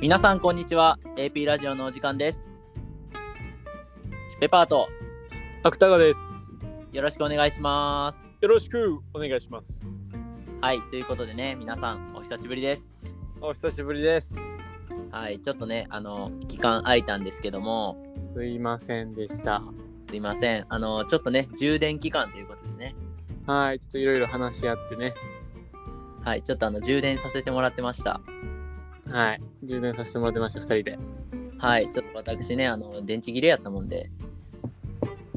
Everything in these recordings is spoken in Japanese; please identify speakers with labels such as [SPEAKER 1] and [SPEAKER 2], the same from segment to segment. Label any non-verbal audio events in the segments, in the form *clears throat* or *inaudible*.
[SPEAKER 1] 皆さんこんにちは AP ラジオのお時間ですペパート
[SPEAKER 2] 芥川です。
[SPEAKER 1] よろしくお願いします
[SPEAKER 2] よろしくお願いします。
[SPEAKER 1] はいということでね皆さんお久しぶりです
[SPEAKER 2] お久しぶりです。
[SPEAKER 1] はいちょっとねあの期間空いたんですけども
[SPEAKER 2] すいませんでした。
[SPEAKER 1] すいませんあのちょっとね充電期間ということでね
[SPEAKER 2] はい、ちょっといろいろ話し合ってね。
[SPEAKER 1] はいちょっとあの充電させてもらってました
[SPEAKER 2] はい、充電させてもらってました、二人で。
[SPEAKER 1] はいちょっと私ねあの電池切れやったもんで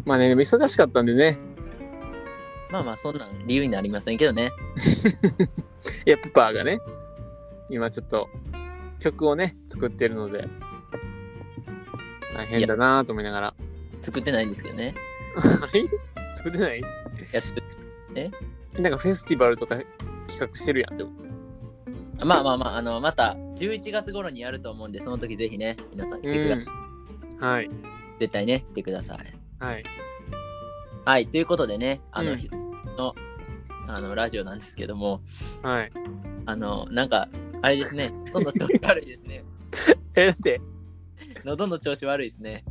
[SPEAKER 2] まあね、でも忙しかったんでね。
[SPEAKER 1] まあまあそんなん理由になりませんけどね
[SPEAKER 2] いや、ペパーがね、今ちょっと曲をね、作ってるので、大変だなぁと思いながら。
[SPEAKER 1] 作ってないんですけどね
[SPEAKER 2] あれ *laughs* 作ってない
[SPEAKER 1] いや作っ
[SPEAKER 2] なんかフェスティバルとか企画してるやん、でも。
[SPEAKER 1] まあまあまああのまた11月頃にやると思うんでその時ぜひね皆さん来てください、
[SPEAKER 2] うんはい、
[SPEAKER 1] 絶対ね来てください
[SPEAKER 2] はい。
[SPEAKER 1] はいということでねあの、
[SPEAKER 2] うん
[SPEAKER 1] ひのあのラジオなんですけども
[SPEAKER 2] はい。
[SPEAKER 1] あのなんかあれですねどんどん調子悪いですね *laughs*
[SPEAKER 2] え、だって、
[SPEAKER 1] 喉の調子悪いですね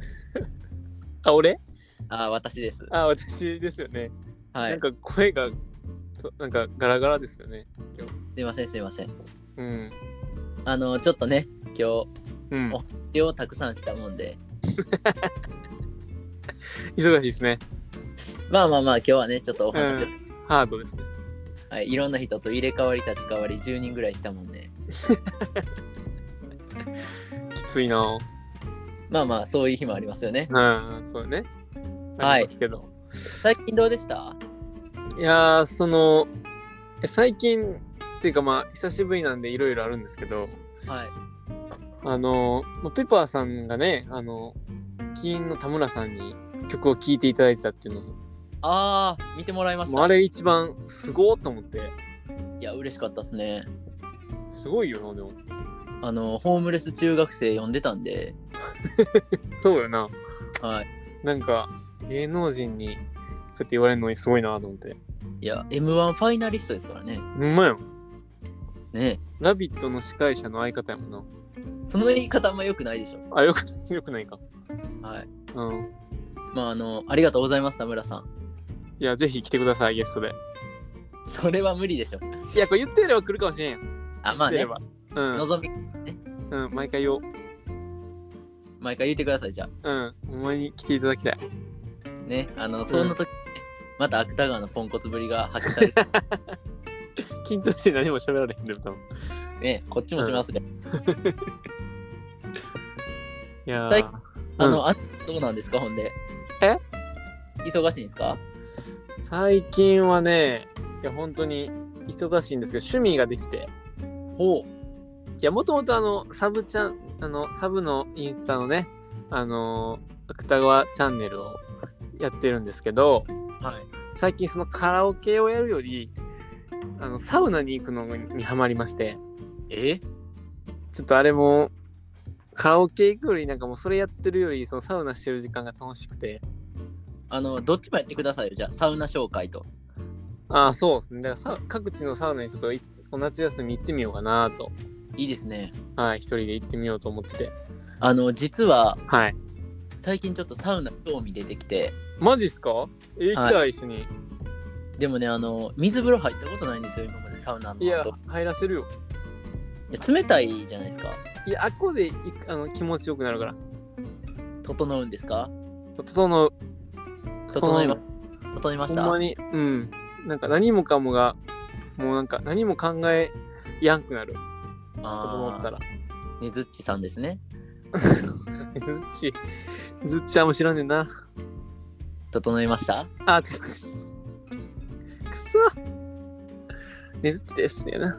[SPEAKER 2] あ、俺
[SPEAKER 1] あー私です
[SPEAKER 2] あ、私ですよね。
[SPEAKER 1] は
[SPEAKER 2] なん
[SPEAKER 1] い
[SPEAKER 2] か声がとなんかガラガラですよね。
[SPEAKER 1] すいませんすいません
[SPEAKER 2] うん。
[SPEAKER 1] あのちょっとね今
[SPEAKER 2] うん
[SPEAKER 1] お日をたくさんしたもんで
[SPEAKER 2] 忙しいですね。
[SPEAKER 1] まあまあまあ今日はねちょっとお話を、
[SPEAKER 2] うハードですね。
[SPEAKER 1] はい、いろんな人と入れ替わり立ち替わり10人ぐらいしたもんで
[SPEAKER 2] きついな
[SPEAKER 1] まあまあそういう日もありますよね
[SPEAKER 2] ぁ。うん、そうだね。
[SPEAKER 1] はい
[SPEAKER 2] ありますけど。
[SPEAKER 1] 最近どうでした
[SPEAKER 2] いやー、その、え最近っていうかまあ、久しぶりなんでいろいろあるんですけど、
[SPEAKER 1] はい
[SPEAKER 2] あの、まあペパーさんがね、あの、キーンの田村さんに曲を聴いていただいてたっていうのも、
[SPEAKER 1] ああ、見てもらいまし
[SPEAKER 2] もう
[SPEAKER 1] た。
[SPEAKER 2] あれ一番すごーっと思って、
[SPEAKER 1] いや、嬉しかったですね。
[SPEAKER 2] すごいよな、でも。
[SPEAKER 1] あの、ホームレス中学生呼んでたんで、
[SPEAKER 2] そうよな。
[SPEAKER 1] はい。
[SPEAKER 2] なんか、芸能人にそうやって言われるのにすごいなと思って。
[SPEAKER 1] いや、M1 ファイナリストですからね。
[SPEAKER 2] うまいよ。
[SPEAKER 1] ね
[SPEAKER 2] ラビットの司会者の相方やもんな。
[SPEAKER 1] その言い方も良くないでしょ。
[SPEAKER 2] あ、よく、 *laughs* よくないか。
[SPEAKER 1] はい。
[SPEAKER 2] うん。
[SPEAKER 1] まあ、あの、ありがとうございます、田村さん。
[SPEAKER 2] いや、ぜひ来てください、ゲストで。
[SPEAKER 1] それは無理でしょ。
[SPEAKER 2] いや、これ言ってれば来るかもしれんやん。
[SPEAKER 1] あ、まあね
[SPEAKER 2] 言っ、てればうん。
[SPEAKER 1] 望み、
[SPEAKER 2] うん、毎回よ。
[SPEAKER 1] 毎回言ってください、じゃ
[SPEAKER 2] うん。お前に来ていただきたい。
[SPEAKER 1] あ。ね、あの、その時、ねまた芥川のポンコツぶりが発揮されて、
[SPEAKER 2] 緊張して何も喋られへんでも多分。
[SPEAKER 1] *laughs* ね、こっちもしますね。
[SPEAKER 2] いや
[SPEAKER 1] 最
[SPEAKER 2] ー
[SPEAKER 1] 近。あの、あ、どうなんですか、ほんで。
[SPEAKER 2] え
[SPEAKER 1] 忙しいんですか
[SPEAKER 2] 最近はね、いや、本当に忙しいんですけど、趣味ができて。
[SPEAKER 1] ほう。
[SPEAKER 2] いや、もともとあの、サブチャン、あの、サブのインスタのね、あのー、芥川チャンネルをやってるんですけど、
[SPEAKER 1] はい。
[SPEAKER 2] 最近そのカラオケをやるよりあのサウナに行くのにハマりまして
[SPEAKER 1] え
[SPEAKER 2] ちょっとあれもカラオケ行くよりなんかもうそれやってるよりそのサウナしてる時間が楽しくて
[SPEAKER 1] あの、どっちもやってくださいよ、じゃあ、サウナ紹介と。
[SPEAKER 2] ああそうですねだからさ各地のサウナにちょっといお夏休み行ってみようかなと
[SPEAKER 1] いいですね。
[SPEAKER 2] はい一人で行ってみようと思ってて
[SPEAKER 1] あの、実は、
[SPEAKER 2] はい
[SPEAKER 1] 最近ちょっとサウナ興味出てきて、
[SPEAKER 2] マジっすかえー行きたい、一緒に
[SPEAKER 1] でもね、あの、水風呂入ったことないんですよ、今までサウナの後。
[SPEAKER 2] い
[SPEAKER 1] い
[SPEAKER 2] や
[SPEAKER 1] や
[SPEAKER 2] 入らせるよ
[SPEAKER 1] 冷たいじゃないですか。
[SPEAKER 2] いやあっこで行くあの気持ちよくなるから
[SPEAKER 1] 整うんですか
[SPEAKER 2] その
[SPEAKER 1] 整
[SPEAKER 2] 整
[SPEAKER 1] い
[SPEAKER 2] い
[SPEAKER 1] ま
[SPEAKER 2] ま、
[SPEAKER 1] 整いま
[SPEAKER 2] ほ
[SPEAKER 1] し
[SPEAKER 2] ん
[SPEAKER 1] た。
[SPEAKER 2] まにうんなんか何もかもがもうなんか何も考えやんくなると思
[SPEAKER 1] あ
[SPEAKER 2] った
[SPEAKER 1] あ、
[SPEAKER 2] ら。 *laughs*
[SPEAKER 1] ねずっちさんですね。
[SPEAKER 2] ずっち、ずっちゃんも知らんねんな。
[SPEAKER 1] 整いました
[SPEAKER 2] あ、ちょっ *laughs* とくそねずっちですねな。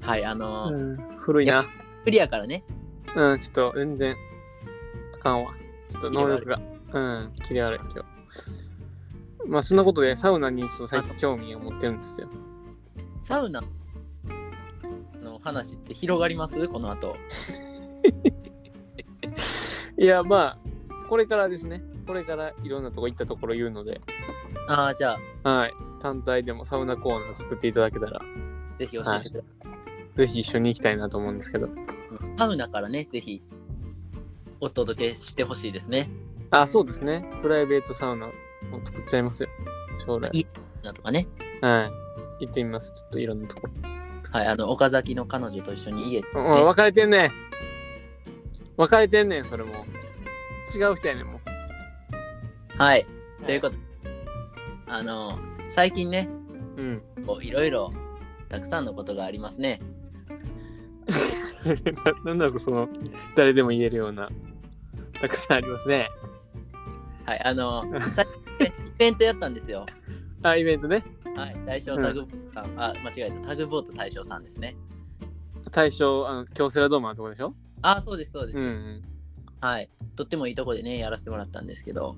[SPEAKER 1] はい、あの、
[SPEAKER 2] うん、古いな。
[SPEAKER 1] クリアからね、
[SPEAKER 2] うん、ちょっと全然、あかんわ。ちょっと能力が、うん、切れ悪い今日。まあそんなことでサウナにちょっと最近興味を持ってるんですよ。
[SPEAKER 1] サウナの話って広がりますこの後。
[SPEAKER 2] いや、まあ、これからですね。これからいろんなとこ行ったところ言うので、
[SPEAKER 1] ああ、じゃあ、
[SPEAKER 2] はい。単体でもサウナコーナー作っていただけたら、
[SPEAKER 1] ぜひ教えてください。
[SPEAKER 2] ぜひ一緒に行きたいなと思うんですけど。
[SPEAKER 1] サウナからね、ぜひお届けしてほしいですね。
[SPEAKER 2] あ、そうですね。プライベートサウナを作っちゃいますよ。将来。
[SPEAKER 1] なんとかね。
[SPEAKER 2] はい。行ってみます。ちょっといろんなとこ
[SPEAKER 1] はい、あの、岡崎の彼女と一緒に家、
[SPEAKER 2] ろ。うん、別れてんねん。別れてんねん、それも。違う人やねん、も
[SPEAKER 1] はい、
[SPEAKER 2] う。
[SPEAKER 1] ということで、あの、最近ね、
[SPEAKER 2] と。うん。 *laughs*
[SPEAKER 1] こういろいろたくさんのことがありますね。
[SPEAKER 2] ななんだかその、誰でも言えるような、たくさんありますね。
[SPEAKER 1] はい、あの、最近ねイベントやったんですよ。
[SPEAKER 2] あ、イベントね。
[SPEAKER 1] はい、大正タグボートさん、あ、間違えた、タグボート大正さんですね。
[SPEAKER 2] 大正、あの、京セラドームのとこでしょ
[SPEAKER 1] あ、そうです、そうです、
[SPEAKER 2] うんうん。
[SPEAKER 1] はい、とってもいいとこでね、やらせてもらったんですけど、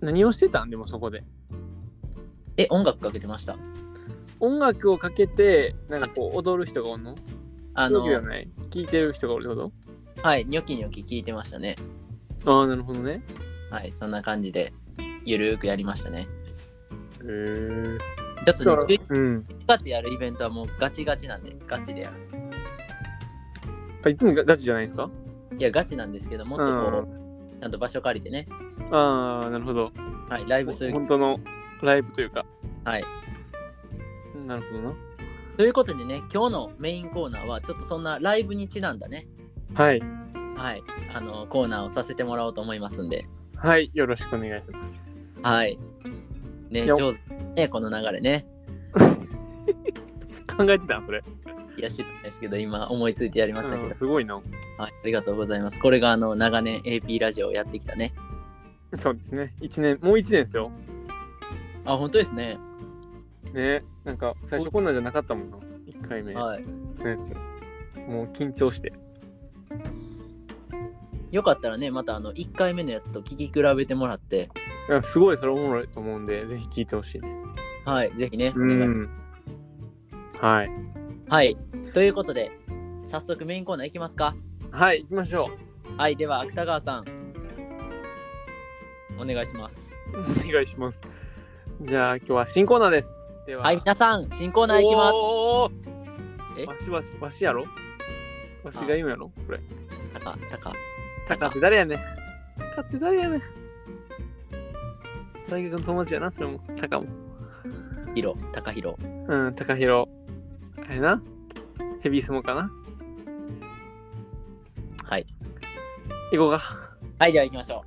[SPEAKER 2] 何をしてたんでもそこで。
[SPEAKER 1] え、音楽かけてました。
[SPEAKER 2] 音楽をかけて、なんかこう、踊る人がおんの
[SPEAKER 1] あ
[SPEAKER 2] そ
[SPEAKER 1] の
[SPEAKER 2] う、ではない。聞いてる人がおるってこ
[SPEAKER 1] はい、ニョキニョキ聞いてましたね。
[SPEAKER 2] とああ、なるほどね。
[SPEAKER 1] はい、そんな感じで、ゆるーくやりましたね。
[SPEAKER 2] へえ。
[SPEAKER 1] ちょっとね、
[SPEAKER 2] うん。
[SPEAKER 1] 11月やるイベントはもうガチガチなんで、ガチでやる。
[SPEAKER 2] あいつもガガチじゃないですか
[SPEAKER 1] いや、ガチなんですけど、もっとこう、ちゃんと場所借りてね、
[SPEAKER 2] ああ、なるほど。
[SPEAKER 1] はい、ライブする。
[SPEAKER 2] 本当のライブというか。
[SPEAKER 1] はい。
[SPEAKER 2] なるほどな。
[SPEAKER 1] ということでね、今日のメインコーナーは、ちょっとそんなライブにちなんだね、
[SPEAKER 2] はい。
[SPEAKER 1] はい、あの、コーナーをさせてもらおうと思いますんで、
[SPEAKER 2] はい。よろしくお願いします。
[SPEAKER 1] はい。ね、
[SPEAKER 2] よ
[SPEAKER 1] 上手。ね、この流れね。
[SPEAKER 2] 考えてたんそれ。
[SPEAKER 1] いや、知らないですけど、今思いついてやりましたけど、
[SPEAKER 2] うんすごいな。
[SPEAKER 1] はい、ありがとうございます。これが、あの、長年 AP ラジオをやってきたね。
[SPEAKER 2] そうですね。一年、もう一年ですよ。
[SPEAKER 1] あ、本当ですね。
[SPEAKER 2] ね。なんか、最初こんなんじゃなかったもんな。一回目の
[SPEAKER 1] はい。
[SPEAKER 2] やつ。もう緊張して。
[SPEAKER 1] よかったらね、またあの1回目のやつと聞き比べてもらって、
[SPEAKER 2] いやすごいそれおもろいと思うんで、ぜひ聞いてほしいです。
[SPEAKER 1] はい、ぜひね、お
[SPEAKER 2] う
[SPEAKER 1] 願い
[SPEAKER 2] ん。はい。
[SPEAKER 1] はい、ということで、早速メインコーナーいきますか。
[SPEAKER 2] はい、行きましょ
[SPEAKER 1] はい、では、芥川さん、お願いします。
[SPEAKER 2] う。 *laughs* お願いします。じゃあ、今日は新コーナーです。では、
[SPEAKER 1] はい、皆さん、新コーナーいきます。
[SPEAKER 2] おー
[SPEAKER 1] え
[SPEAKER 2] わしわし、わしやろわしが言うんやろこれ。
[SPEAKER 1] たか、たか。
[SPEAKER 2] タカって誰やねん。タカって誰やねん。大学の友達やな、それも。タカも。
[SPEAKER 1] ひろ、たかひろ。
[SPEAKER 2] うん、タカヒロ。あれな。ヘビースモーかな。
[SPEAKER 1] はい。
[SPEAKER 2] 行こうか。
[SPEAKER 1] はい、では行きましょ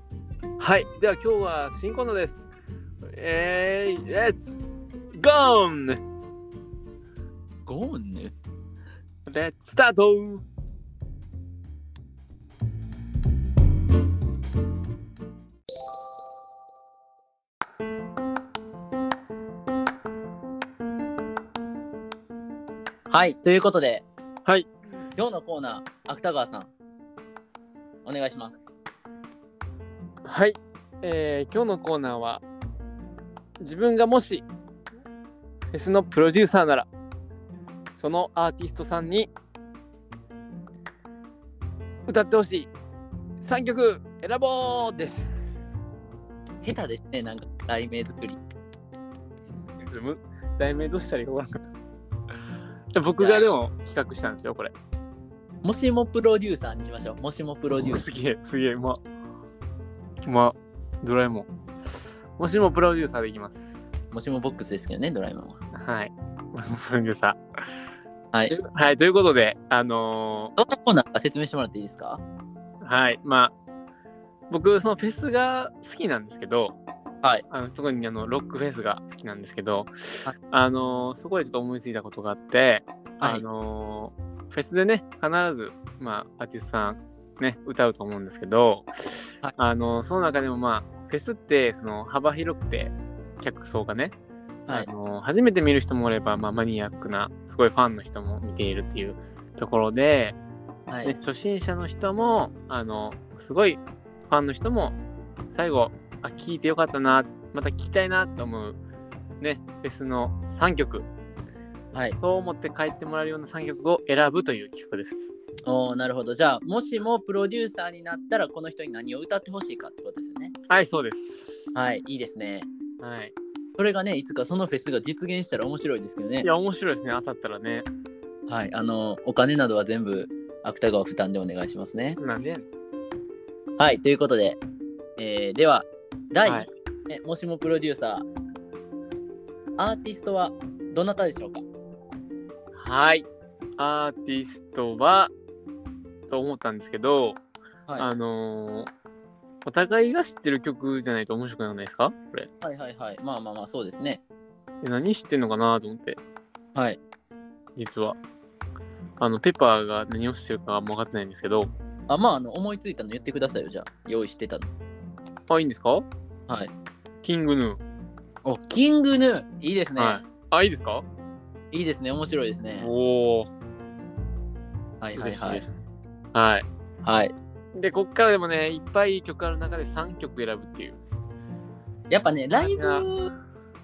[SPEAKER 2] はい。では今日は新コーナーです。えー、レッツゴーン
[SPEAKER 1] う。ゴーンヌ
[SPEAKER 2] レッツスタート
[SPEAKER 1] はい、ということで、
[SPEAKER 2] はい。
[SPEAKER 1] 今日のコーナー、芥川さん、お願いします。
[SPEAKER 2] はい、えー今日のコーナーは自分がもしフェスのプロデューサーならそのアーティストさんに歌ってほしい3曲選ぼうです
[SPEAKER 1] 下手ですね、なんか、題名作り。
[SPEAKER 2] *laughs* 題名どうしたらいいか分からなかった僕がでも企画したんですよこれ
[SPEAKER 1] もしもプロデューサーにしましょう。もしもプロデューサー。
[SPEAKER 2] すげえすげえうまうまドラえもんもしもプロデューサーでいきます
[SPEAKER 1] もしもボックスですけどね、ドラえもんは。
[SPEAKER 2] はい *laughs* もしもプロデューサー
[SPEAKER 1] はい。
[SPEAKER 2] はい、ということで、あの
[SPEAKER 1] どのコーナーか説明してもらっていいですか
[SPEAKER 2] ーはい、まあ、僕、そのフェスが好きなんですけど、
[SPEAKER 1] はい。
[SPEAKER 2] あの特にあのロックフェスが好きなんですけど、
[SPEAKER 1] はい
[SPEAKER 2] あのーそこでちょっと思いついたことがあって、
[SPEAKER 1] はい
[SPEAKER 2] あのーフェスでね、必ず、まあ、アーティストさん、ね、歌うと思うんですけど、
[SPEAKER 1] はい
[SPEAKER 2] あのーその中でも、まあ、フェスってその幅広くて、客層がね、
[SPEAKER 1] はい
[SPEAKER 2] あ。の初めて見る人もおれば、まあ、マニアックなすごいファンの人も見ているっていうところで、
[SPEAKER 1] は
[SPEAKER 2] で
[SPEAKER 1] い。
[SPEAKER 2] 初心者の人もあのすごいファンの人も最後あ聞いてよかったなまた聞きたいなと思うねフェスの3曲
[SPEAKER 1] はい。
[SPEAKER 2] そう思って帰ってもらえるような3曲を選ぶという企画です
[SPEAKER 1] おーなるほど。じゃあ、もしもプロデューサーになったら、この人に何を歌ってほしいかってことですね。
[SPEAKER 2] はいそうです
[SPEAKER 1] はい。いいですね。
[SPEAKER 2] はい
[SPEAKER 1] それがね、いつかそのフェスが実現したら面白いですけどね
[SPEAKER 2] い。や面白いですね当たったらね
[SPEAKER 1] はい。あの、お金などは全部、芥川負担でお願いしますね。
[SPEAKER 2] なんでやねん
[SPEAKER 1] はい、ということで、えーでは、第、
[SPEAKER 2] はい
[SPEAKER 1] ねもしもプロデューサー、アーティストはどなたでしょうか
[SPEAKER 2] はい。アーティストは、と思ったんですけど、
[SPEAKER 1] はい
[SPEAKER 2] あのーお互いが知ってる曲じゃないと面白くなくないですかこれ。
[SPEAKER 1] はいはいはい。まあまあまあ、そうですね。
[SPEAKER 2] え何知ってんのかなと思って、
[SPEAKER 1] はい。
[SPEAKER 2] 実は。あの、ペッパーが何をしてるかも分かってないんですけど、
[SPEAKER 1] あ、まあ、あの、思いついたの言ってくださいよ、じゃあ。用意してたの。
[SPEAKER 2] あ、いいんですか
[SPEAKER 1] はい。
[SPEAKER 2] キングヌ
[SPEAKER 1] お、キングヌー。いいです
[SPEAKER 2] ー。
[SPEAKER 1] ね。
[SPEAKER 2] はい。あ、いいですか
[SPEAKER 1] い、いですね。面白いですね。
[SPEAKER 2] おお、
[SPEAKER 1] はいはい
[SPEAKER 2] 嬉しい
[SPEAKER 1] は
[SPEAKER 2] で
[SPEAKER 1] い。
[SPEAKER 2] す。はい。
[SPEAKER 1] はい。
[SPEAKER 2] で、こっからでもね、いっぱい曲ある中で3曲選ぶっていう。
[SPEAKER 1] やっぱね、ライブっ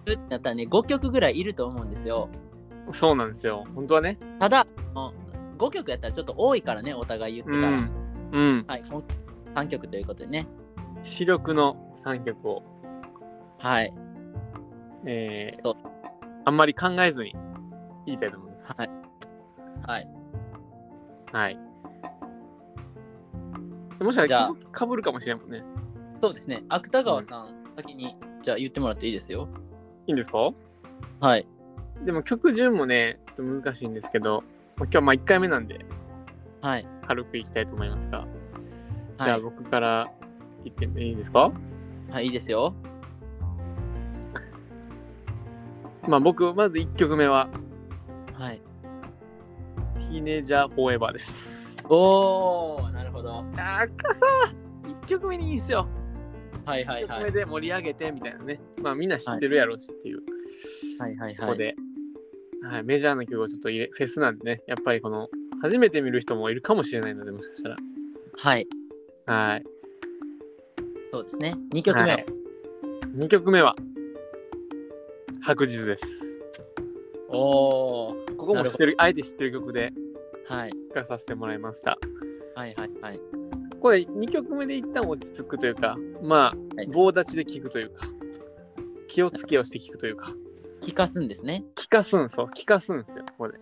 [SPEAKER 1] てなったらね、5曲ぐらいいると思うんですよ。
[SPEAKER 2] そうなんですよ。本当はね。
[SPEAKER 1] ただ、5曲やったらちょっと多いからね、お互い言って
[SPEAKER 2] う
[SPEAKER 1] たら。
[SPEAKER 2] ん。うん。
[SPEAKER 1] はい、今3曲ということでね。
[SPEAKER 2] 主力の3曲を、
[SPEAKER 1] はい。
[SPEAKER 2] えー
[SPEAKER 1] そう
[SPEAKER 2] あんまり考えずに言いたいと思います。
[SPEAKER 1] はい。はい。
[SPEAKER 2] はい。もしかし
[SPEAKER 1] じゃ
[SPEAKER 2] た
[SPEAKER 1] あ
[SPEAKER 2] らかぶるかもしれんもんね。
[SPEAKER 1] そうですね。芥川さん、先に、じゃあ言ってもらっていいですよ。
[SPEAKER 2] いいんですか
[SPEAKER 1] はい。
[SPEAKER 2] でも曲順もね、ちょっと難しいんですけど、まあ今日はまあ1回目なんで
[SPEAKER 1] はい。
[SPEAKER 2] 軽くいきたいと思いますが、じゃ
[SPEAKER 1] は
[SPEAKER 2] あ
[SPEAKER 1] い。
[SPEAKER 2] 僕から言ってもいいですか
[SPEAKER 1] はい、いいですよ。
[SPEAKER 2] まあ僕、まず1曲目は、
[SPEAKER 1] はい。
[SPEAKER 2] ティーネイジャーフォーエバーです。
[SPEAKER 1] おー、なるほど。
[SPEAKER 2] あかさ、1曲目にいいんすよ。
[SPEAKER 1] はいはい
[SPEAKER 2] 1
[SPEAKER 1] は
[SPEAKER 2] 曲
[SPEAKER 1] い。
[SPEAKER 2] 目で盛り上げてみたいなね。まあみんな知ってるやろうしっていう。
[SPEAKER 1] はいはい
[SPEAKER 2] こ
[SPEAKER 1] は
[SPEAKER 2] こ
[SPEAKER 1] い。
[SPEAKER 2] で、はい、メジャーな曲をちょっと入れ、フェスなんでね、やっぱりこの、初めて見る人もいるかもしれないので、もしかしたら。
[SPEAKER 1] はい。
[SPEAKER 2] はい。
[SPEAKER 1] そうですね。2曲目。
[SPEAKER 2] はい、2曲目は、白日です。
[SPEAKER 1] おー、
[SPEAKER 2] ここも知ってる、あえて知ってる曲で、
[SPEAKER 1] はい。
[SPEAKER 2] 聴かさせてもらいました。
[SPEAKER 1] はいはいはい。
[SPEAKER 2] これ、2曲目で一旦落ち着くというか、まあ、
[SPEAKER 1] はい
[SPEAKER 2] 棒立ちで聴くというか、気をつけをして聴くというか、
[SPEAKER 1] 聞かすんですね。
[SPEAKER 2] 聞かすん、そう、聞かすんですよ、ここで。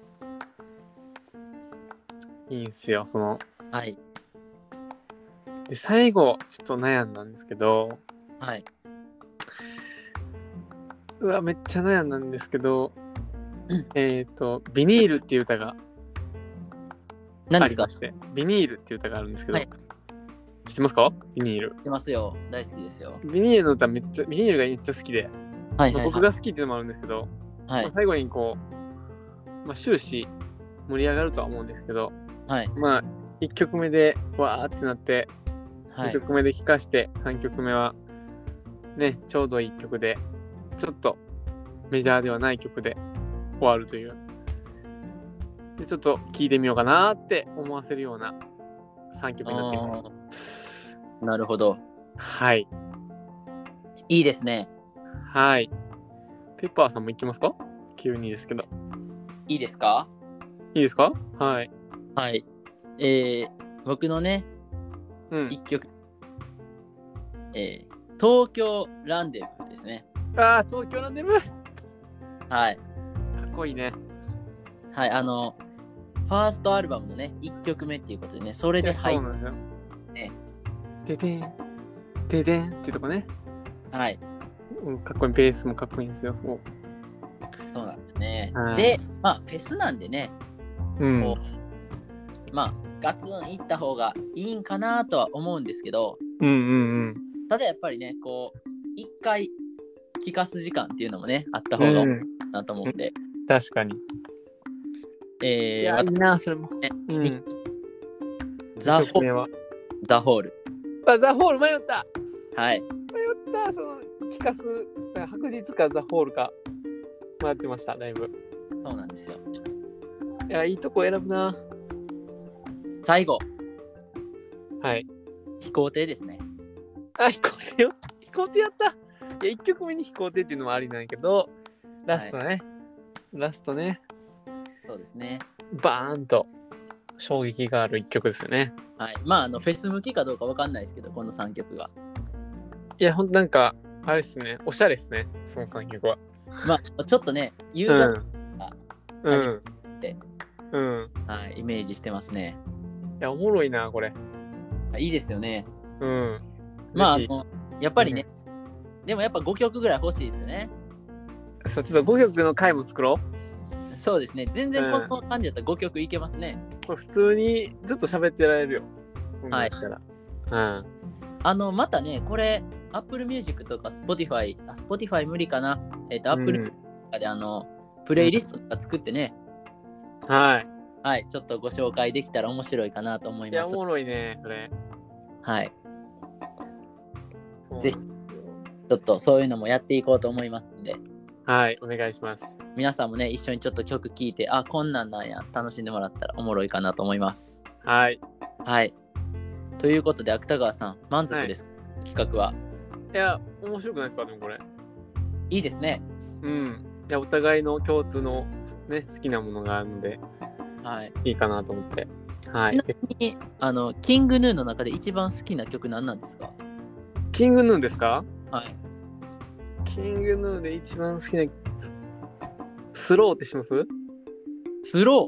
[SPEAKER 2] いいんすよ、その、
[SPEAKER 1] はい。
[SPEAKER 2] で、最後、ちょっと悩んだんですけど、
[SPEAKER 1] はい。
[SPEAKER 2] うわ、めっちゃ悩んだんですけど、 *clears throat* えっ、と、ビニールっていう歌が
[SPEAKER 1] 何です
[SPEAKER 2] あり
[SPEAKER 1] か
[SPEAKER 2] まして、ビニールっていう歌があるんですけど、
[SPEAKER 1] はい
[SPEAKER 2] 知ってますかビニール。
[SPEAKER 1] 知ってますよ。大好きですよ。
[SPEAKER 2] ビニールの歌めっちゃ、ビニールがめっちゃ好きで、
[SPEAKER 1] はい
[SPEAKER 2] ま
[SPEAKER 1] は
[SPEAKER 2] あ
[SPEAKER 1] い
[SPEAKER 2] 僕
[SPEAKER 1] はい。
[SPEAKER 2] が好きっていうのもあるんですけど、
[SPEAKER 1] は
[SPEAKER 2] まあ
[SPEAKER 1] い。
[SPEAKER 2] 最後にこう、まあ、終始盛り上がるとは思うんですけど、
[SPEAKER 1] はい。
[SPEAKER 2] まあ、1曲目でわーってなって、
[SPEAKER 1] は
[SPEAKER 2] 2
[SPEAKER 1] い。
[SPEAKER 2] 曲目で聴かして、3曲目は、ね、ちょうどいい曲で、ちょっとメジャーではない曲で終わるという。で、ちょっと聴いてみようかなーって思わせるような3曲になっています。
[SPEAKER 1] あーなるほど。
[SPEAKER 2] はい。
[SPEAKER 1] いいですね。
[SPEAKER 2] はい。ペッパーさんも行きますか急にですけど。
[SPEAKER 1] いいですか
[SPEAKER 2] いいですかはい。
[SPEAKER 1] はい。えー、僕のね、
[SPEAKER 2] うん。
[SPEAKER 1] 一曲。えー、東京ランデブーですね。
[SPEAKER 2] あー、東京ランデブーか
[SPEAKER 1] はい。
[SPEAKER 2] っこいいね。
[SPEAKER 1] はい、あの、ファーストアルバムのね、1曲目っていうことでね、それで入
[SPEAKER 2] そ
[SPEAKER 1] っ
[SPEAKER 2] うなんですよ。
[SPEAKER 1] ね
[SPEAKER 2] ででん。ででんってとこね。
[SPEAKER 1] はい、
[SPEAKER 2] うん、かっこいい。ベースもかっこいいんですよ。も
[SPEAKER 1] そうなんですね
[SPEAKER 2] は。い
[SPEAKER 1] で、まあ、フェスなんでね、
[SPEAKER 2] ううん。
[SPEAKER 1] こう、まあ、ガツン行った方がいいんかなとは思うんですけど、
[SPEAKER 2] うんうん
[SPEAKER 1] ただやっぱりね、こう、一回聞かす時間っていうのもね、あった
[SPEAKER 2] う
[SPEAKER 1] 方がいい
[SPEAKER 2] ん。
[SPEAKER 1] なと思うんで、
[SPEAKER 2] 確かに。い
[SPEAKER 1] えー
[SPEAKER 2] や、いいな、それも。う
[SPEAKER 1] に
[SPEAKER 2] ん、
[SPEAKER 1] ザホ
[SPEAKER 2] ー
[SPEAKER 1] ザホール。
[SPEAKER 2] ル。ザ・ホール迷った
[SPEAKER 1] はい。
[SPEAKER 2] 迷ったその、聞かす、なんか白日かザ・ホールか迷ってました、ライブ。
[SPEAKER 1] そうなんですよ。
[SPEAKER 2] いや、いいとこ選ぶな。
[SPEAKER 1] 最後、
[SPEAKER 2] はい。
[SPEAKER 1] 飛行艇ですね。
[SPEAKER 2] あ、飛行艇よ。飛行艇やったいや、1曲目に飛行艇っていうのもありなんやけど、ラストね。ラストね。
[SPEAKER 1] そうですね。
[SPEAKER 2] バーンと衝撃がある1曲ですよね。
[SPEAKER 1] はい。まあ、あの、フェス向きかどうかわかんないですけど、この3曲が。
[SPEAKER 2] いや、ほんとなんか、あれですね。おしゃれですね。その3曲は。
[SPEAKER 1] まあ、ちょっとね、夕方、
[SPEAKER 2] うん。うん。うん。
[SPEAKER 1] イメージしてますね。
[SPEAKER 2] や、おもろいな、これ。
[SPEAKER 1] あいいですよね。
[SPEAKER 2] うん。
[SPEAKER 1] まあ、あ
[SPEAKER 2] ぜひ
[SPEAKER 1] のやっぱりね、でもやっぱ5曲ぐらい欲しいですよね。
[SPEAKER 2] そうちょっと5曲の回も作ろ
[SPEAKER 1] そうですね。全然この感じだったら5曲いけますね。
[SPEAKER 2] う。これ普通にずっと喋ってられるよ。
[SPEAKER 1] はい
[SPEAKER 2] こんなんやったら。
[SPEAKER 1] あの、またね、これ、Apple Music とか Spotify、あ、Spotify 無理かな。えっ、と、
[SPEAKER 2] うん。
[SPEAKER 1] Apple Music とかで、あの、プレイリストとか作ってね、
[SPEAKER 2] うんはい。
[SPEAKER 1] はい、ちょっとご紹介できたら面白いかなと思い
[SPEAKER 2] い
[SPEAKER 1] ま
[SPEAKER 2] や、
[SPEAKER 1] す
[SPEAKER 2] お。もろいね、それ。
[SPEAKER 1] はい、
[SPEAKER 2] そう
[SPEAKER 1] ぜひ
[SPEAKER 2] なんですよ
[SPEAKER 1] ちょっとそういうのもやっていこうと思いますんで、
[SPEAKER 2] はい、お願いします。
[SPEAKER 1] 皆さんもね、一緒にちょっと曲聴いて、あ、こんなんなんや、楽しんでもらったらおもろいかなと思います。
[SPEAKER 2] はい。
[SPEAKER 1] はい。ということで、芥川さん、満足ですか、企画は。
[SPEAKER 2] いや、面白くないですか、でもこれ。
[SPEAKER 1] いいですね。
[SPEAKER 2] うん。いや、お互いの共通の、ね、好きなものがあるので、
[SPEAKER 1] はい。
[SPEAKER 2] いいかなと思って。はい
[SPEAKER 1] ちな。みに、あの、キングヌーの中で一番好きな曲何なんですか
[SPEAKER 2] キングヌーンですか
[SPEAKER 1] はい。
[SPEAKER 2] キングヌーンで一番好きな、ススローってします
[SPEAKER 1] スロー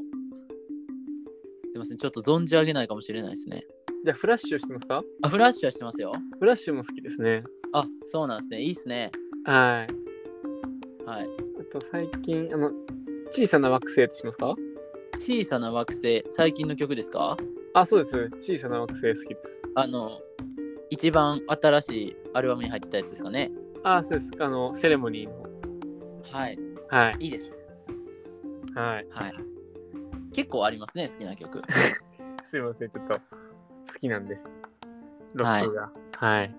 [SPEAKER 1] すいません、ちょっと存じ上げないかもしれないですね。
[SPEAKER 2] じゃあ、フラッシュしてますか
[SPEAKER 1] あ、フラッシュはしてますよ。
[SPEAKER 2] フラッシュも好きですね。
[SPEAKER 1] あ、そうなんですね。いいっすね。
[SPEAKER 2] はい。
[SPEAKER 1] はい。
[SPEAKER 2] あと、最近、あの、小さな惑星ってしますか
[SPEAKER 1] 小さな惑星、最近の曲ですか
[SPEAKER 2] あ、そうです。小さな惑星好きです。
[SPEAKER 1] あの、一番新しいアルバムに入ってたやつですかね。
[SPEAKER 2] あ、そうです。あの、セレモニーの。
[SPEAKER 1] はい。
[SPEAKER 2] はい。
[SPEAKER 1] いいです。
[SPEAKER 2] はい。
[SPEAKER 1] はい。結構ありますね、好きな曲。
[SPEAKER 2] すいません、ちょっと好きなんで、ロックが。はい。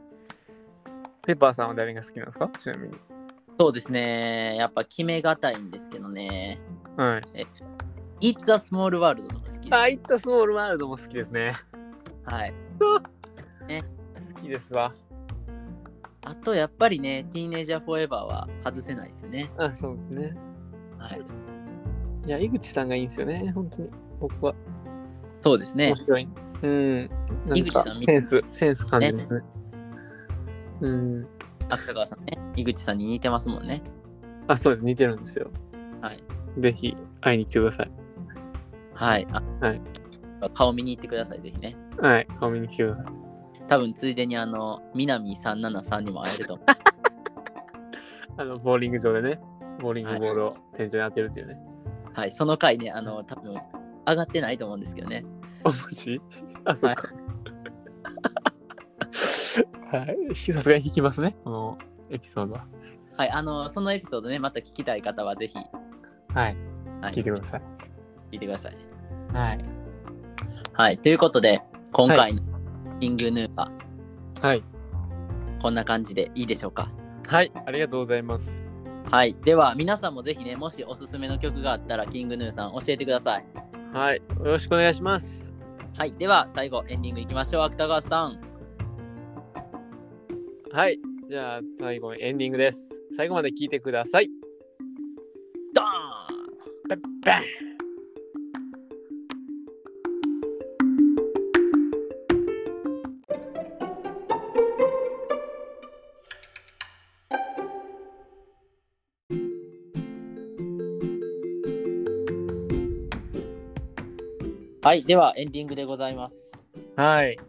[SPEAKER 2] ペッパーさんは誰が好きなんですかちなみに。
[SPEAKER 1] そうですね。やっぱ決めがたいんですけどね。
[SPEAKER 2] はい。
[SPEAKER 1] It's a Small World とか好きです。
[SPEAKER 2] あ、イットスモールワールドも好きですね。
[SPEAKER 1] はい。
[SPEAKER 2] 好きですわ。
[SPEAKER 1] あと、やっぱりね、Teenager Forever は外せないですね。
[SPEAKER 2] あ、そうですね。
[SPEAKER 1] はい。
[SPEAKER 2] いや、井口さんがいいんですよね、本当に。僕は。
[SPEAKER 1] そうですね
[SPEAKER 2] 面。白い。うん。な
[SPEAKER 1] 井
[SPEAKER 2] ん
[SPEAKER 1] 口
[SPEAKER 2] か
[SPEAKER 1] さん見て
[SPEAKER 2] センス、センス感じますね。うん。
[SPEAKER 1] 芥川さんね、井口さんに似てますもんね。
[SPEAKER 2] あ、そうです。似てるんですよ。
[SPEAKER 1] はい。
[SPEAKER 2] ぜひ、会いに来てください。
[SPEAKER 1] はい。あ
[SPEAKER 2] はい
[SPEAKER 1] 顔見に行ってください、ぜひね。
[SPEAKER 2] はい。顔見に来てください。
[SPEAKER 1] 多分ついでに、あの、南373にも会え
[SPEAKER 2] *laughs*
[SPEAKER 1] ると思
[SPEAKER 2] あの、ボーリング場でね、ボーリングボールを天井に当てるっていうね。 *laughs*
[SPEAKER 1] う。はい。その回ね、あの、多分上がってないと思うんですけどね。
[SPEAKER 2] あ、マジあ、そっか。はい。さすがに引きますね、このエピソードは。
[SPEAKER 1] はい。あの、そのエピソードね、また聞きたい方は、ぜひ、
[SPEAKER 2] はい。
[SPEAKER 1] はい、
[SPEAKER 2] 聞いてください。
[SPEAKER 1] 聞いてください。
[SPEAKER 2] はい。
[SPEAKER 1] はい。ということで、今回のキングヌーは
[SPEAKER 2] はい。
[SPEAKER 1] こんな感じでいいでしょうか。
[SPEAKER 2] はい。ありがとうございます。
[SPEAKER 1] はい。では、皆さんもぜひね、もしおすすめの曲があったら、キングヌーさん教えてください。
[SPEAKER 2] はい。よろしくお願いします。
[SPEAKER 1] はい。では、最後、エンディングいきましょう。芥川さん。
[SPEAKER 2] はい。じゃあ、最後エンディングです。最後まで聞いてください。
[SPEAKER 1] ドーン
[SPEAKER 2] バッバン
[SPEAKER 1] はい。では、エンディングでございます。
[SPEAKER 2] はい。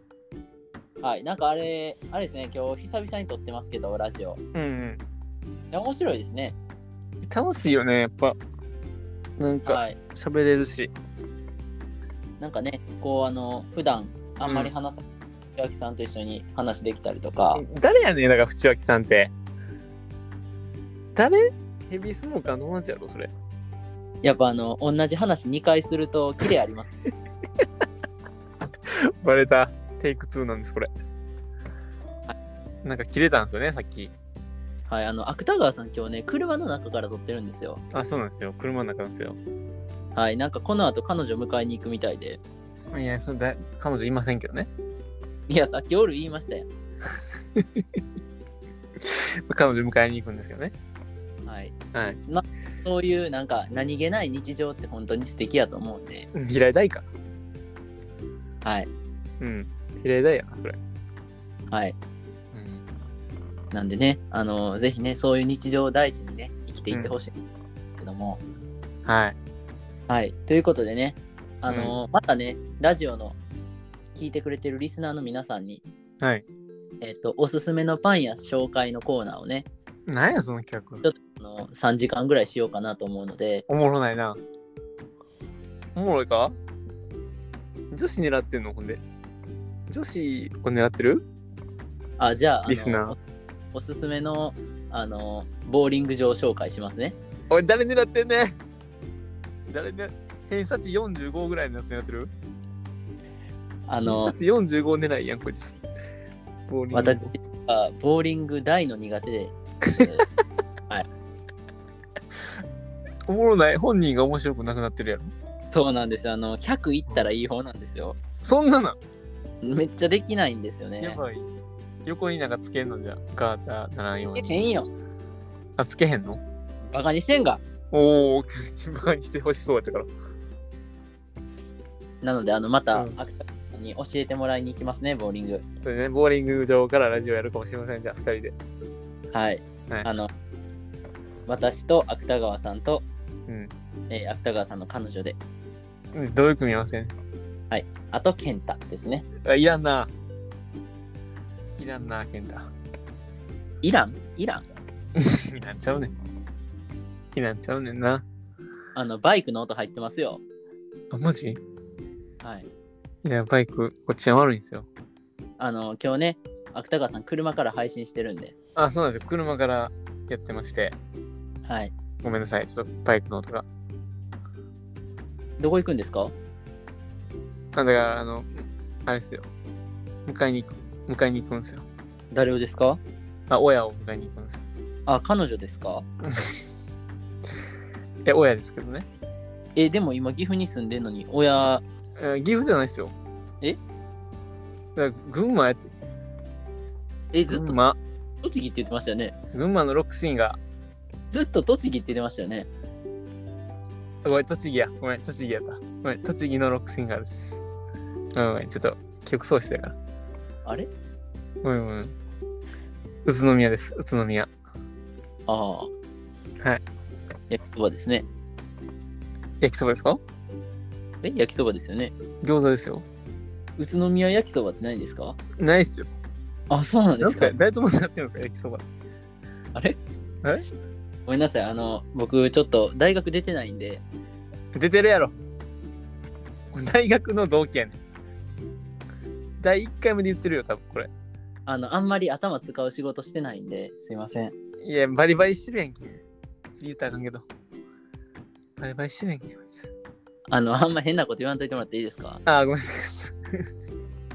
[SPEAKER 1] はい。なんかあれ、あれですね、今日久々に撮ってますけど、ラジオ。い
[SPEAKER 2] うん、うん。
[SPEAKER 1] や、面白いですね。
[SPEAKER 2] 楽しいよね、やっぱ。なんか、
[SPEAKER 1] はい。
[SPEAKER 2] 喋れるし。
[SPEAKER 1] なんかね、こう、あの、普段あんまり話さない、千秋さんと一緒に話できたりとか、
[SPEAKER 2] 誰やねん、だから、淵脇さんって。誰ヘビースモーカーの友達やろ、それ。
[SPEAKER 1] やっぱあの、同じ話2回すると、キレあります。
[SPEAKER 2] バレたテイク2なんですこれなんか切れたんですよねさっき
[SPEAKER 1] はい、あの、芥川さん今日ね、車の中から撮ってるんですよ。
[SPEAKER 2] あそうなんですよ車の中なんですよ
[SPEAKER 1] はい、なんかこの後彼女迎えに行くみたいで。
[SPEAKER 2] いやそのだ彼女いませんけどね
[SPEAKER 1] いや、さっき夜言いましたよ。
[SPEAKER 2] 彼女迎えに行くんですけどね
[SPEAKER 1] はい。
[SPEAKER 2] はい
[SPEAKER 1] そういうなんか何気ない日常って本当に素敵やと思うんで。
[SPEAKER 2] 平井大か
[SPEAKER 1] はい。
[SPEAKER 2] うん平井大やなそれ、
[SPEAKER 1] はい。
[SPEAKER 2] うん、
[SPEAKER 1] なんでね、あの、ぜひね、そういう日常を大事にね、生きていってほしい。けども、
[SPEAKER 2] はい
[SPEAKER 1] はい。ということでね、あの、またね、ラジオの聞いてくれてるリスナーの皆さんに、
[SPEAKER 2] はい。
[SPEAKER 1] えっとおすすめのパン屋紹介のコーナーをね
[SPEAKER 2] なんや、その企画。
[SPEAKER 1] あの3時間ぐらいしようかなと思うので
[SPEAKER 2] おもろないな。おもろいか女子狙ってんのほんで。女子を狙ってる
[SPEAKER 1] あじゃああの
[SPEAKER 2] リスナー
[SPEAKER 1] おすすめのあのボーリング場紹介しますね
[SPEAKER 2] おい、誰狙ってんねん誰ね偏差値45ぐらいのやつ狙ってる
[SPEAKER 1] あ
[SPEAKER 2] 偏
[SPEAKER 1] の
[SPEAKER 2] 差 *laughs* 値45狙いやん、こいつ。ボーリング
[SPEAKER 1] 私はボーリング大の苦手
[SPEAKER 2] *laughs*
[SPEAKER 1] で
[SPEAKER 2] おもろない。本人が面白くなくなってるやろ。
[SPEAKER 1] そうなんですよあの100いったらいい方なんですよ
[SPEAKER 2] そんなの
[SPEAKER 1] めっちゃできないんですよ
[SPEAKER 2] や
[SPEAKER 1] ね
[SPEAKER 2] ばい。横になんかつけんのじゃ、ガーターならんよう
[SPEAKER 1] えへ
[SPEAKER 2] に。
[SPEAKER 1] んよ
[SPEAKER 2] あ、つけへんの
[SPEAKER 1] バカにしてんが
[SPEAKER 2] おお、 *laughs* バカにしてほしそうやったから。
[SPEAKER 1] なのであのまた、
[SPEAKER 2] うん
[SPEAKER 1] 秋田さんに教えてもらいに行きますねボーリング
[SPEAKER 2] それね、ボーリング場からラジオやるかもしれません。じゃあ、二人で。
[SPEAKER 1] はい、
[SPEAKER 2] はい
[SPEAKER 1] あの私と芥川さんと、
[SPEAKER 2] うん
[SPEAKER 1] えー芥川さんの彼女で
[SPEAKER 2] うんどういう組み合わせね
[SPEAKER 1] あと健太ですね
[SPEAKER 2] あ、いらんな。いらんな、ケンタ。
[SPEAKER 1] イランイラン
[SPEAKER 2] *laughs* いらんちゃうねん。いらんちゃうねんな。
[SPEAKER 1] あのバイクの音入ってますよ
[SPEAKER 2] あ、マジ
[SPEAKER 1] はい
[SPEAKER 2] いや、バイク、こっちは悪いんですよ。
[SPEAKER 1] あの今日ね芥川さん車から配信してるんで
[SPEAKER 2] あ、そうなんですよ。車からやってまして。
[SPEAKER 1] はい
[SPEAKER 2] ごめんなさい。ちょっとバイクの音が。
[SPEAKER 1] どこ行くんですか
[SPEAKER 2] なんだから、あの、あれですよ。迎えに行く、迎えに行くんですよ。
[SPEAKER 1] 誰をですか
[SPEAKER 2] あ、親を迎えに行くんですよ。
[SPEAKER 1] あ彼女ですか
[SPEAKER 2] え、親ですけどね。
[SPEAKER 1] えでも今岐阜に住んでるのに親
[SPEAKER 2] えー岐阜じゃないですよ。
[SPEAKER 1] え
[SPEAKER 2] だから群馬やって、
[SPEAKER 1] えずっ
[SPEAKER 2] 群
[SPEAKER 1] と
[SPEAKER 2] 馬、
[SPEAKER 1] 栃木って言ってましたよね
[SPEAKER 2] 群馬のロックシーンが、
[SPEAKER 1] ずっと栃木って言ってましたよね
[SPEAKER 2] ごめん、栃木や。ごめん、栃木やった。ごめん、栃木のロックシーンがです。うん、ごめん、ちょっと、記憶喪失だから。
[SPEAKER 1] あれ
[SPEAKER 2] ごめん、ごめん。宇都宮です、宇都宮。
[SPEAKER 1] ああはい焼きそばですね
[SPEAKER 2] 焼きそばですか
[SPEAKER 1] え焼きそばですよね
[SPEAKER 2] 餃子ですよ。
[SPEAKER 1] 宇都宮焼きそばってないんですか
[SPEAKER 2] ないっすよ。
[SPEAKER 1] あそうなんで
[SPEAKER 2] なん
[SPEAKER 1] すか
[SPEAKER 2] か、誰ともやってるのか、焼きそば。
[SPEAKER 1] あれ
[SPEAKER 2] え
[SPEAKER 1] ごめんなさいあの僕ちょっと大学出てないんで
[SPEAKER 2] 出てるやろ。大学の同期やねん。第1回目で言ってるよ、多分これ。
[SPEAKER 1] あのあんまり頭使う仕事してないんですいません
[SPEAKER 2] いや、バリバリしてるやんけ。言うたらあかんけど。バリバリしてるやんけ。こいつ
[SPEAKER 1] あのあんま変なこと言わんといてもらっていいですか
[SPEAKER 2] あー、ごめんなさい。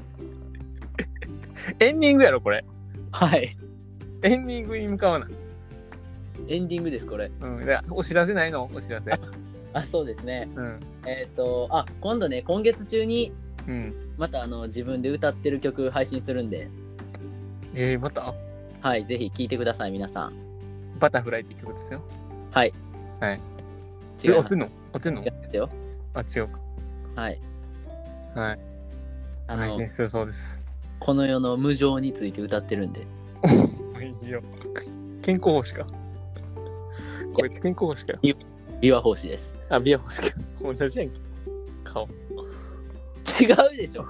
[SPEAKER 2] エンディングやろ、これ。
[SPEAKER 1] はい
[SPEAKER 2] エンディングに向かわな。
[SPEAKER 1] エンディングですこれ
[SPEAKER 2] うん。でお知らせないのお知らせ。
[SPEAKER 1] あそうですね
[SPEAKER 2] うん。
[SPEAKER 1] えっ、とあ今度ね今月中に
[SPEAKER 2] うん。
[SPEAKER 1] またあの自分で歌ってる曲配信するんで
[SPEAKER 2] えー、また
[SPEAKER 1] はいぜひ聴いてください皆さん
[SPEAKER 2] バタフライって曲ですよ。
[SPEAKER 1] はい
[SPEAKER 2] はい
[SPEAKER 1] 違
[SPEAKER 2] え
[SPEAKER 1] いま
[SPEAKER 2] 落
[SPEAKER 1] す
[SPEAKER 2] ちんの落ちんの
[SPEAKER 1] やってよ
[SPEAKER 2] あ、違うか。
[SPEAKER 1] はい
[SPEAKER 2] はい。
[SPEAKER 1] あ
[SPEAKER 2] 配
[SPEAKER 1] の
[SPEAKER 2] 信するそうです。
[SPEAKER 1] この世の無常について歌ってるんで
[SPEAKER 2] いいよ。健康法師か。こいつ健康法師かよ。
[SPEAKER 1] 琵琶法師です
[SPEAKER 2] あ、ビア法師か。同じやんけ。顔。
[SPEAKER 1] 違うでしょ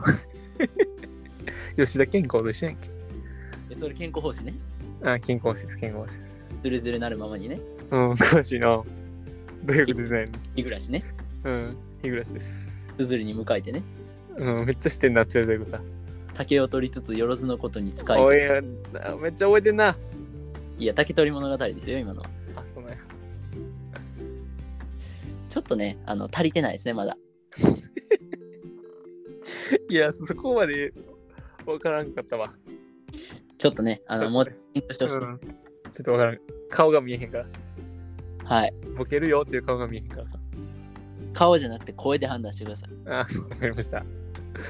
[SPEAKER 1] *laughs*
[SPEAKER 2] 吉田健康と一緒やんけ。
[SPEAKER 1] えそれ健康法師ね
[SPEAKER 2] あ、健康法師です、健康法師です。
[SPEAKER 1] ずるずるなるままにね
[SPEAKER 2] うん、詳しいな。どういうことじゃないの
[SPEAKER 1] 日暮らしね
[SPEAKER 2] うん、日暮です。
[SPEAKER 1] ずずるに迎えてね
[SPEAKER 2] うん、めっちゃしてんなってどういうこと
[SPEAKER 1] 竹を取りつつよろずのことに使
[SPEAKER 2] だ。
[SPEAKER 1] い
[SPEAKER 2] お
[SPEAKER 1] と
[SPEAKER 2] いや、めっちゃ覚えてんな。あ、
[SPEAKER 1] いや竹取物語ですよ今のは
[SPEAKER 2] そうなんや。
[SPEAKER 1] ちょっとねあの足りてないですねまだ
[SPEAKER 2] *laughs* いや、そこまでわからんかったわ。
[SPEAKER 1] ちょっとねあ
[SPEAKER 2] あ
[SPEAKER 1] のもう勉強して
[SPEAKER 2] うん、
[SPEAKER 1] ほしい
[SPEAKER 2] ちょ
[SPEAKER 1] です、
[SPEAKER 2] っとわからん。顔が見えへんから。
[SPEAKER 1] はい
[SPEAKER 2] ボケるよっていう顔が見えへんからさ。
[SPEAKER 1] 顔じゃなくて声で判断してください
[SPEAKER 2] あ、そうわかりました。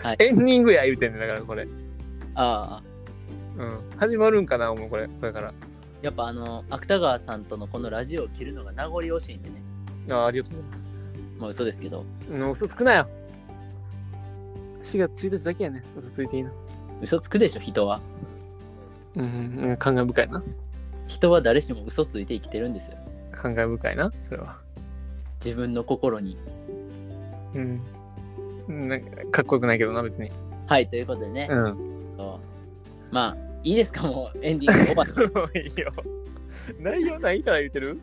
[SPEAKER 1] はい
[SPEAKER 2] エンディングや言うてんねんだからこれ。
[SPEAKER 1] ああ
[SPEAKER 2] うん。始まるんかな、思うこれ。これから。
[SPEAKER 1] やっぱあの芥川さんとのこのラジオを切るのが名残惜しいんでね
[SPEAKER 2] あありがとうございます。
[SPEAKER 1] もう嘘ですけど
[SPEAKER 2] うん、嘘つくなよ。4月1日だけやね。嘘ついていいの。
[SPEAKER 1] 嘘つくでしょ人は
[SPEAKER 2] うん、うん感慨深いな。
[SPEAKER 1] 人は誰しも嘘ついて生きてるんですよ
[SPEAKER 2] 感慨深いな、それは。
[SPEAKER 1] 自分の心に
[SPEAKER 2] うん。なんかかっこよくないけどな、別に。
[SPEAKER 1] はい、ということでね、
[SPEAKER 2] うん。
[SPEAKER 1] そうまあ、いいですか、もうエンディング終
[SPEAKER 2] *laughs*
[SPEAKER 1] わった。
[SPEAKER 2] いいよ。内容ないから言ってる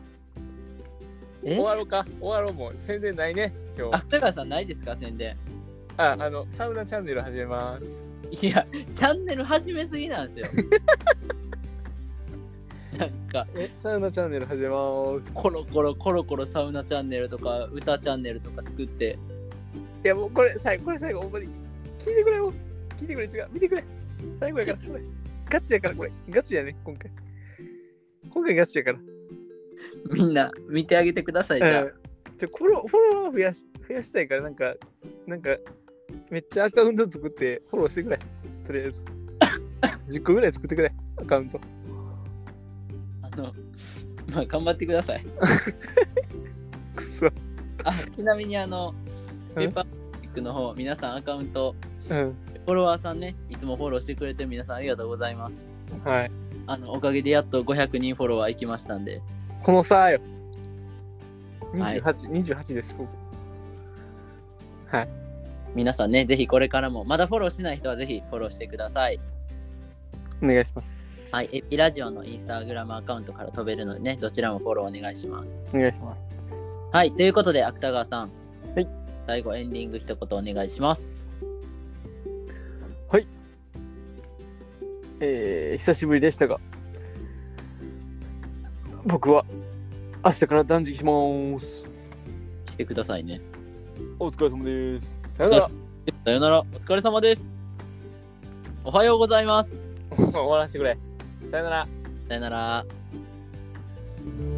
[SPEAKER 1] え
[SPEAKER 2] 終わろうか。終わろうもう。宣伝ないね、今
[SPEAKER 1] あ、
[SPEAKER 2] 日。
[SPEAKER 1] 深川さんないですか、宣伝。
[SPEAKER 2] あ、あの、サウナチャンネル始めます。
[SPEAKER 1] いや、チャンネル始めすぎなんですよ。 *laughs* なんか、
[SPEAKER 2] え、サウナチャンネル始めます。
[SPEAKER 1] コロコロコロコロサウナチャンネルとか、歌チャンネルとか作って、
[SPEAKER 2] いやもうこれ最後これ最後ほんまに聞いてくれよ聞いてくれ違う見てくれ最後やからこれガチやからこれガチやね今回今回ガチやから
[SPEAKER 1] みんな見てあげてください、じゃあ。
[SPEAKER 2] うんちょフォローフォロワー増やし増やしたいからなんかなんかめっちゃアカウント作ってフォローしてくれとりあえ *laughs* ず10個ぐらい作ってくれアカウント
[SPEAKER 1] あの、まあ、頑張ってください。
[SPEAKER 2] くそ
[SPEAKER 1] あ、ちなみに、あの、
[SPEAKER 2] う
[SPEAKER 1] ペ
[SPEAKER 2] ん
[SPEAKER 1] ッパーミックの方、皆さんアカウント、
[SPEAKER 2] うん
[SPEAKER 1] フォロワーさんね、いつもフォローしてくれてる皆さんありがとうございます。
[SPEAKER 2] はい
[SPEAKER 1] あの、おかげでやっと500人フォロワー行きましたんで、
[SPEAKER 2] この差よ
[SPEAKER 1] はい
[SPEAKER 2] 2828、28です僕はい
[SPEAKER 1] 皆さんね、ぜひこれからも、まだフォローしない人はぜひフォローしてください。
[SPEAKER 2] お願いします
[SPEAKER 1] はい、エピラジオのインスタグラムアカウントから飛べるのでね、どちらもフォローお願いします。
[SPEAKER 2] お願いします
[SPEAKER 1] はい、ということで、芥川さん。
[SPEAKER 2] はい。
[SPEAKER 1] 最後、エンディング一言お願いします。
[SPEAKER 2] えー久しぶりでしたが僕は明日から断食します
[SPEAKER 1] してくださいね。
[SPEAKER 2] お疲れ様ですさよなら
[SPEAKER 1] さよなら、お疲れ様です。おはようございます。
[SPEAKER 2] 終わらせてくれさよなら
[SPEAKER 1] さよなら。
[SPEAKER 3] 「